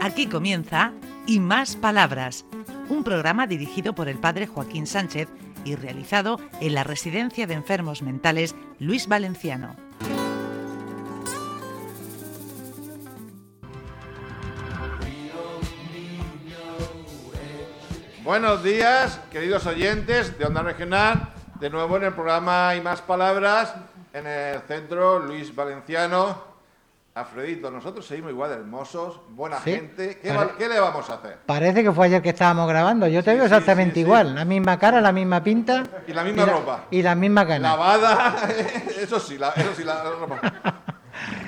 Aquí comienza Y Más Palabras, un programa dirigido por el padre Joaquín Sánchez y realizado en la Residencia de Enfermos Mentales Luis Valenciano. Buenos días, queridos oyentes de Onda Regional, de nuevo en el programa Hay Más Palabras, en el centro Luis Valenciano. Alfredito, nosotros seguimos igual de hermosos, buena Sí, gente. ¿Qué, pare- va- qué le vamos a hacer? Parece que fue ayer que estábamos grabando. Yo te Sí, veo sí, exactamente sí, sí. igual. La misma cara, la misma pinta. Y la misma ropa. Y la misma ganas. Lavada, eso sí, la, eso sí, la la ropa.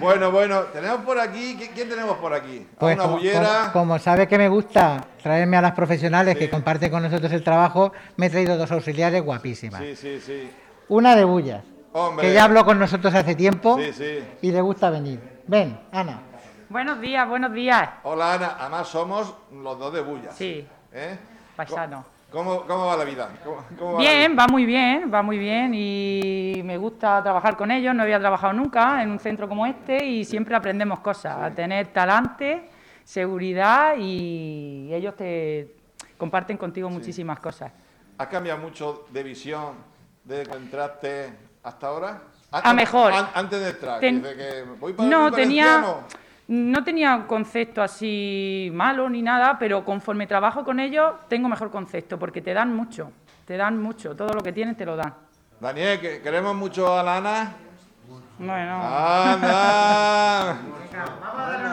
Bueno, bueno, tenemos por aquí, ¿qui- ¿quién tenemos por aquí? A Pues una como, bullera. como- como sabes que me gusta traerme a las profesionales Sí. que comparten con nosotros el trabajo, me he traído dos auxiliares guapísimas. Sí, sí, sí. Una de Bullas, Hombre. que ya habló con nosotros hace tiempo Sí, sí. y le gusta venir. Ven, Ana. Buenos días, buenos días. Hola Ana, además somos los dos de Bulla. Sí. ¿Eh? Paisano. ¿Cómo, cómo va la vida? ¿Cómo- cómo va la vida? Bien, va muy bien, va muy bien y me gusta trabajar con ellos. No había trabajado nunca en un centro como este y siempre aprendemos cosas, a tener talante, seguridad y ellos te comparten contigo muchísimas cosas. ¿Has cambiado mucho de visión desde que entraste hasta ahora? A mejor. an- antes de entrar. Ten- dice que voy para No voy tenía, valenciano. no tenía un concepto así malo ni nada, pero conforme trabajo con ellos tengo mejor concepto porque te dan mucho, te dan mucho, todo lo que tienen te lo dan. Daniel, que queremos mucho a Lana. Bueno. Ah, ¡Anda!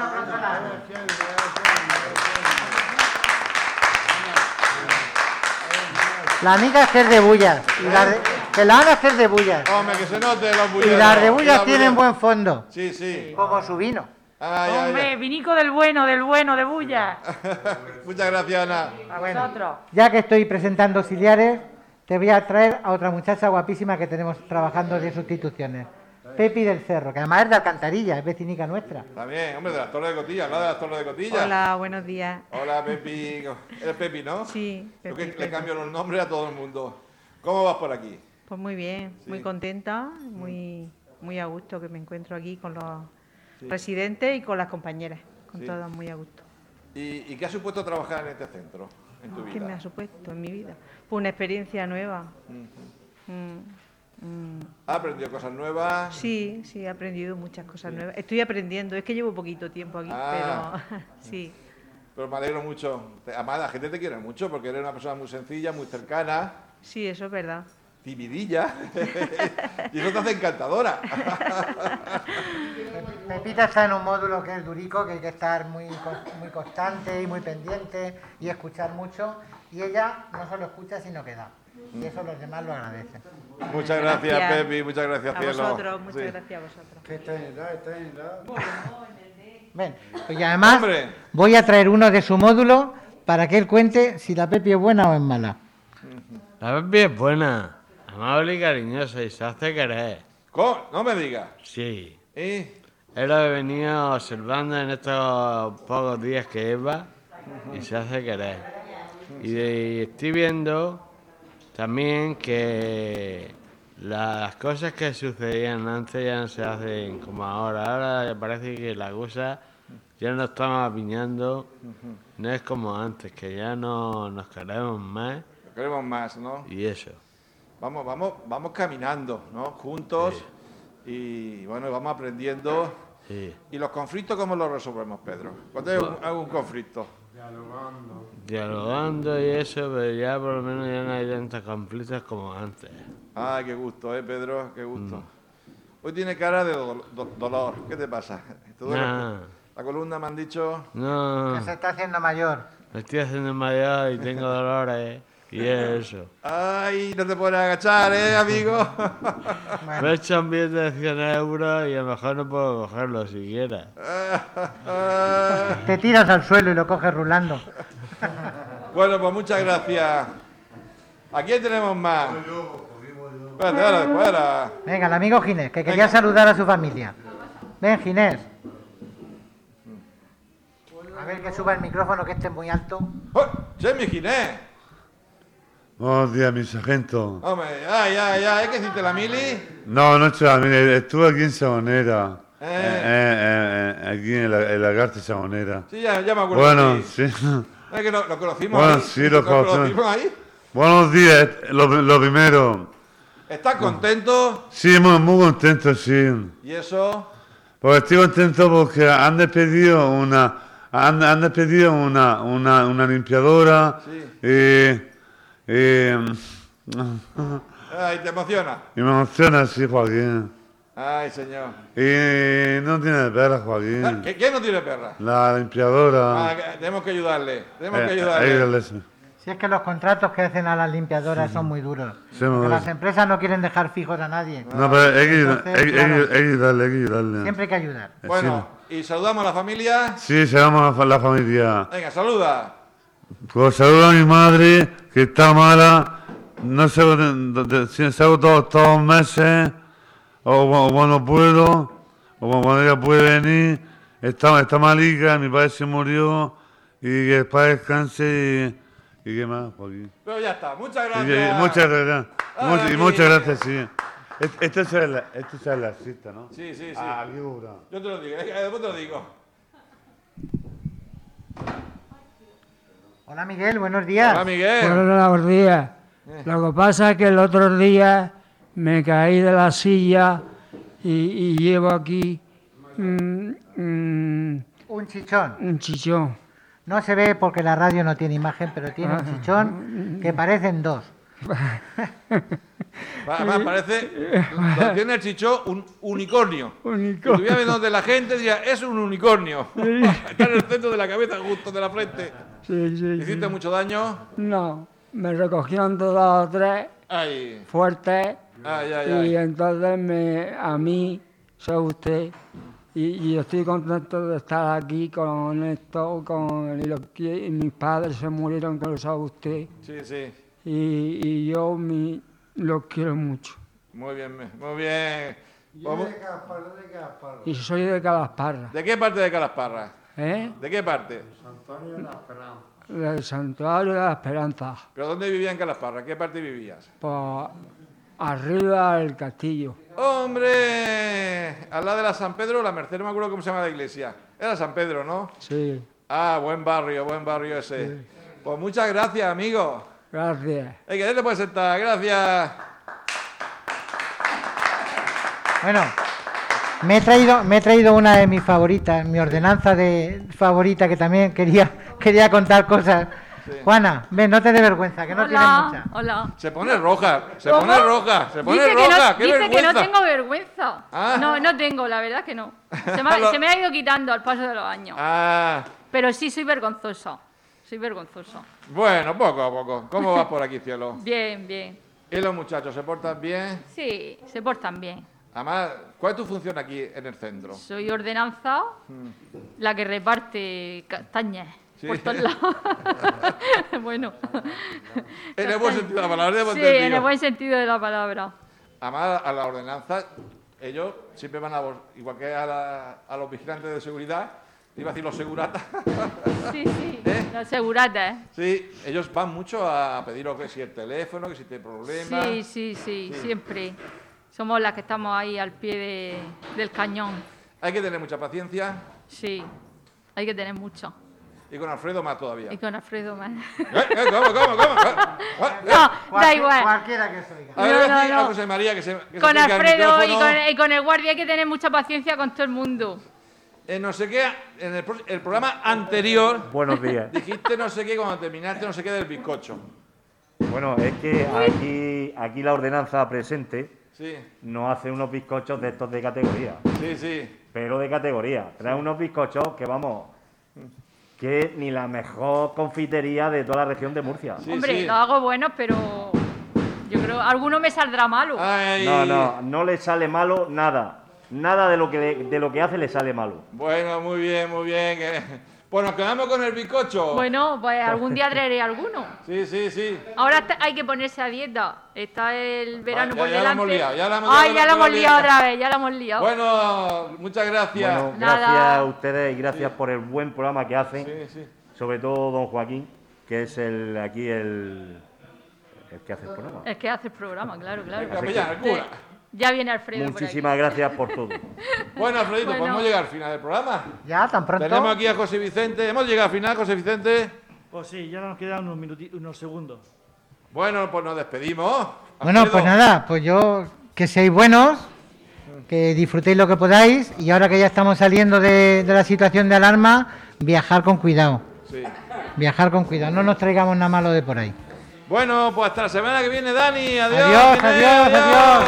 La amiga es que es de Bullas. y la de- que la Ana es que es de Bullas. Hombre, que se note los Y bulleros. las de Bullas Las tienen buen fondo. Sí, sí. Como su vino. Ay, ay, Hombre, ay. vinico del bueno, del bueno, de bulla. Muchas gracias, Ana. A vosotros. Ya que estoy presentando auxiliares, te voy a traer a otra muchacha guapísima que tenemos trabajando de sustituciones. Pepi del Cerro, que además es de Alcantarilla, es vecinica nuestra. También, hombre, de las Torres de Cotilla, habla de las Torres de Cotilla. Hola, buenos días. Hola, Pepi. Eres Pepi, ¿no? Sí, Yo Pepi, que le Pepi. cambio los nombres a todo el mundo. ¿Cómo vas por aquí? Pues muy bien, muy Sí. contenta, muy, muy a gusto que me encuentro aquí con los residentes y con las compañeras, con Sí. todos muy a gusto. ¿Y, y qué ha supuesto trabajar en este centro, en tu vida? ¿Qué Ah, me ha supuesto en mi vida? Pues una experiencia nueva. Mm, mm. ¿Has aprendido cosas nuevas? Sí, sí, he aprendido muchas cosas nuevas. Estoy aprendiendo, es que llevo poquito tiempo aquí, Ah. pero sí. Pero me alegro mucho. Te- Además, la gente te quiere mucho porque eres una persona muy sencilla, muy cercana, Sí, eso es verdad. timidilla. y eso te hace encantadora. Pepita está en un módulo que es durico, que hay que estar muy, con- muy constante y muy pendiente y escuchar mucho. Y ella no solo escucha, sino que da. Y eso los demás lo agradecen. muchas gracias, Gracias. Pepi. Muchas gracias, A cielo. vosotros, muchas Sí. gracias a vosotros. Ven, pues y además Hombre. voy a traer uno de su módulo para que él cuente si la Pepi es buena o es mala. La Pepi es buena, amable y cariñosa y se hace querer. Co- No me digas. Sí. ¿Eh? Es lo que he venido observando en estos pocos días que lleva y se hace querer. Y, de- y estoy viendo también que las cosas que sucedían antes ya no se hacen como ahora. Ahora ya parece que la cosa ya nos estamos apiñando. No es como antes, que ya no nos queremos más Lo queremos más, ¿no? y eso. Vamos, vamos, vamos caminando, ¿no? Juntos. Y bueno, vamos aprendiendo. Sí. ¿Y los conflictos cómo los resolvemos, Pedro? Cuando hay un- algún conflicto. Dialogando y eso, pero ya por lo menos ya no hay tantos conflictos como antes. Ay, qué gusto, ¿eh, Pedro? Qué Mm. gusto. Hoy tiene cara de do- do- dolor. ¿Qué te pasa? ¿Te duele Nah. La columna me han dicho. No, está haciendo mayor. me estoy haciendo mayor y tengo dolores y eso. Ay, no te puedes agachar, ¿eh, amigo? Me he hecho un billete de 100 euros y a lo mejor no puedo cogerlo siquiera. Ah, Te tiras al suelo y lo coges rulando. bueno, pues muchas gracias. ¿A quién tenemos más? Espérate, ahora, después, ahora. Venga, el amigo Ginés, que quería Venga. saludar a su familia. Ven, Ginés. A ver que suba el micrófono, que esté muy alto. ¡Oh! ¡Jimmy Ginés! Buenos días, mis Oh, sargento. Hombre, ay, ay, ay, ¿es que hiciste la mili? No, no, chaval, mire, estuve aquí en Sabonera. Eh. Eh, eh, eh, aquí en la, en la Garza Sagonera. Sí, ya, ya me acuerdo. Bueno, de ti. sí. Es que lo, lo conocimos Bueno, ahí. sí, lo conocemos. conocimos ahí. Buenos días, lo, lo primero. ¿Estás contento? Sí, muy, muy contento, sí. Y eso... Pues estoy contento porque han despedido una, han, han despedido una, una, una limpiadora. Sí. eh, eh, Ay, te emociona. y me emociona así, Joaquín. Ay, señor. Y no tiene perra, Ah, Joaquín. ¿qué- ¿Quién no tiene perra? La Ah, limpiadora. que- tenemos que ayudarle. Tenemos que eh, ayudarle. ayúdale, sí. Si es que los contratos que hacen a las limpiadoras son muy duros. Sí, Porque muy las bien. empresas no quieren dejar fijos a nadie. No, pero hay que ayudar- Entonces, hay- hay- claro. hay que ayudarle, hay que ayudarle. Siempre hay que ayudar. Eh, Bueno, y saludamos a la familia. Sí, se llama la fa- la familia. Venga, saluda. Pues saludo a mi madre, que está mala, no sé, de- de- si salgo todos, todos los meses, o, cu- o cuando puedo, o cu- cuando ella puede venir, está, está malica, mi padre se murió, y que el padre descanse y, y qué más, Joaquín. Pero ya está. Muchas Y gracias. que- muchas gracias, Ahora Much- y sí. muchas gracias, sí. Este- Este es el, este es el artista, ¿no? Sí, sí, sí. Ah, qué duro. Yo te lo digo. eh, Después te lo digo. Hola Miguel, buenos Ah. días. Hola, Miguel. Hola, buenos días. Eh. Lo que pasa es que el otro día me caí de la silla y, y llevo aquí mm, mm, Un chichón. un chichón. No se ve porque la radio no tiene imagen, pero tiene Ah. un chichón que parecen dos. Pa- Además, parece. lo tiene el chicho un unicornio. Si Único. estuviera viendo de la gente, diría: es un unicornio. Está en el centro de la cabeza, justo de la frente. Sí, sí, sí. Hiciste mucho daño. No, me recogieron todas las tres Ay, fuertes ay, ay. ay. y entonces me, a mí, soy usted. Y, y estoy contento de estar aquí con esto, con los que mis padres se murieron, con soy usted. Sí, sí. y, y yo mi, lo quiero mucho. Muy bien, muy bien. Vamos- Y soy de Calasparra, ¿De qué parte de Calasparra? ¿eh? ¿De qué parte? del Santuario de la Esperanza, ¿Pero dónde vivía en Calasparra? ¿Qué parte vivías? por arriba del castillo. ¡Hombre! Al lado de la San Pedro, la Merced, no me acuerdo cómo se llama la iglesia. Era San Pedro, ¿no? Sí, Ah, buen barrio, buen barrio ese. Pues muchas gracias, amigo. gracias. Hay que darle pues sentar, gracias. Bueno, me he traído, me he traído una de mis favoritas, mi ordenanza de favorita que también quería, quería contar cosas. Juana, ven, no te dé vergüenza, que no tienes hola, mucha. hola. Se pone roja, se ¿Cómo? pone roja, se pone dice roja. Que ¡Qué no, dice que vergüenza! no tengo vergüenza. Ah. No, no tengo, la verdad que no. Se me, ha, Lo- se me ha ido quitando al paso de los años. Ah, Pero sí, soy vergonzosa. Soy vergonzosa. bueno, poco a poco. ¿Cómo vas por aquí, cielo? Bien, bien. ¿Y los muchachos se portan bien? Sí, se portan bien. Además, ¿cuál es tu función aquí en el centro? Soy ordenanza, Mm. la que reparte castañas Sí. por todos lados. bueno. En el buen sentido de la palabra, en el buen Sí, sentido. en el buen sentido de la palabra. Además, a la ordenanza, ellos siempre van a, vos- igual que a, la- a los vigilantes de seguridad, iba a decir los seguratas, Sí, sí, ¿Eh? la segurata, ¿eh? sí, ellos van mucho a pedir lo que si el teléfono, que si tiene problemas. Sí, sí, sí, siempre. Somos las que estamos ahí al pie de- del cañón. Hay que tener mucha paciencia Sí, hay que tener mucho. y con Alfredo más todavía. Y con Alfredo más. ¿Eh? ¿Eh? ¿Cómo, cómo, cómo? ¿Eh? ¿Eh? No, da Cualquier- igual. Cualquiera que se oiga. A ver, voy No, a decir no, a no. José María que se. que se Con acerque al Alfredo y micrófono. con, y con el guardia hay que tener mucha paciencia con todo el mundo. Eh, no sé qué, en el, pro- el programa anterior Buenos días. dijiste no sé qué cuando terminaste, no sé qué del bizcocho. Bueno, es que aquí, aquí la ordenanza presente Sí, nos hace unos bizcochos de estos de categoría, sí, sí. pero de categoría. Trae unos bizcochos que vamos, que ni la mejor confitería de toda la región de Murcia. Sí, Hombre, sí. lo hago bueno, pero yo creo alguno me saldrá malo. Ay. No, no, no le sale malo nada. Nada de lo que, le- de lo que hace le sale malo. Bueno, muy bien, muy bien. que- Pues nos quedamos con el bizcocho. Bueno, pues algún día traeré alguno. Sí, sí, sí. Ahora está- hay que ponerse a dieta. Está el verano Ah, ya- por ya la delante. hemos liado, ya la hemos liado Ay, ya con la la hemos dieta. liado otra vez, ya la hemos liado. Bueno, muchas gracias. Bueno, gracias Nada. a ustedes y gracias por el buen programa que hacen. Sí, sí. Sobre todo don Joaquín, que es el aquí el, el que hace el programa. Es que hace el programa, claro, claro. Capellán, el cura. Sí. Ya viene Alfredo. por aquí. Muchísimas gracias por todo. Bueno, Alfredito, Bueno. pues hemos llegado al final del programa. Ya, tan pronto. Tenemos aquí a José Vicente. Hemos llegado al final, José Vicente. Pues sí, ya nos quedan unos, minuti- unos segundos. Bueno, pues nos despedimos. Bueno, pues nada, pues yo que seáis buenos, que disfrutéis lo que podáis y ahora que ya estamos saliendo de, de la situación de alarma, viajar con cuidado. Sí. Viajar con cuidado, no nos traigamos nada malo de por ahí. Bueno, pues hasta la semana que viene, Dani. Adiós. Adiós, Inés, adiós, Adiós.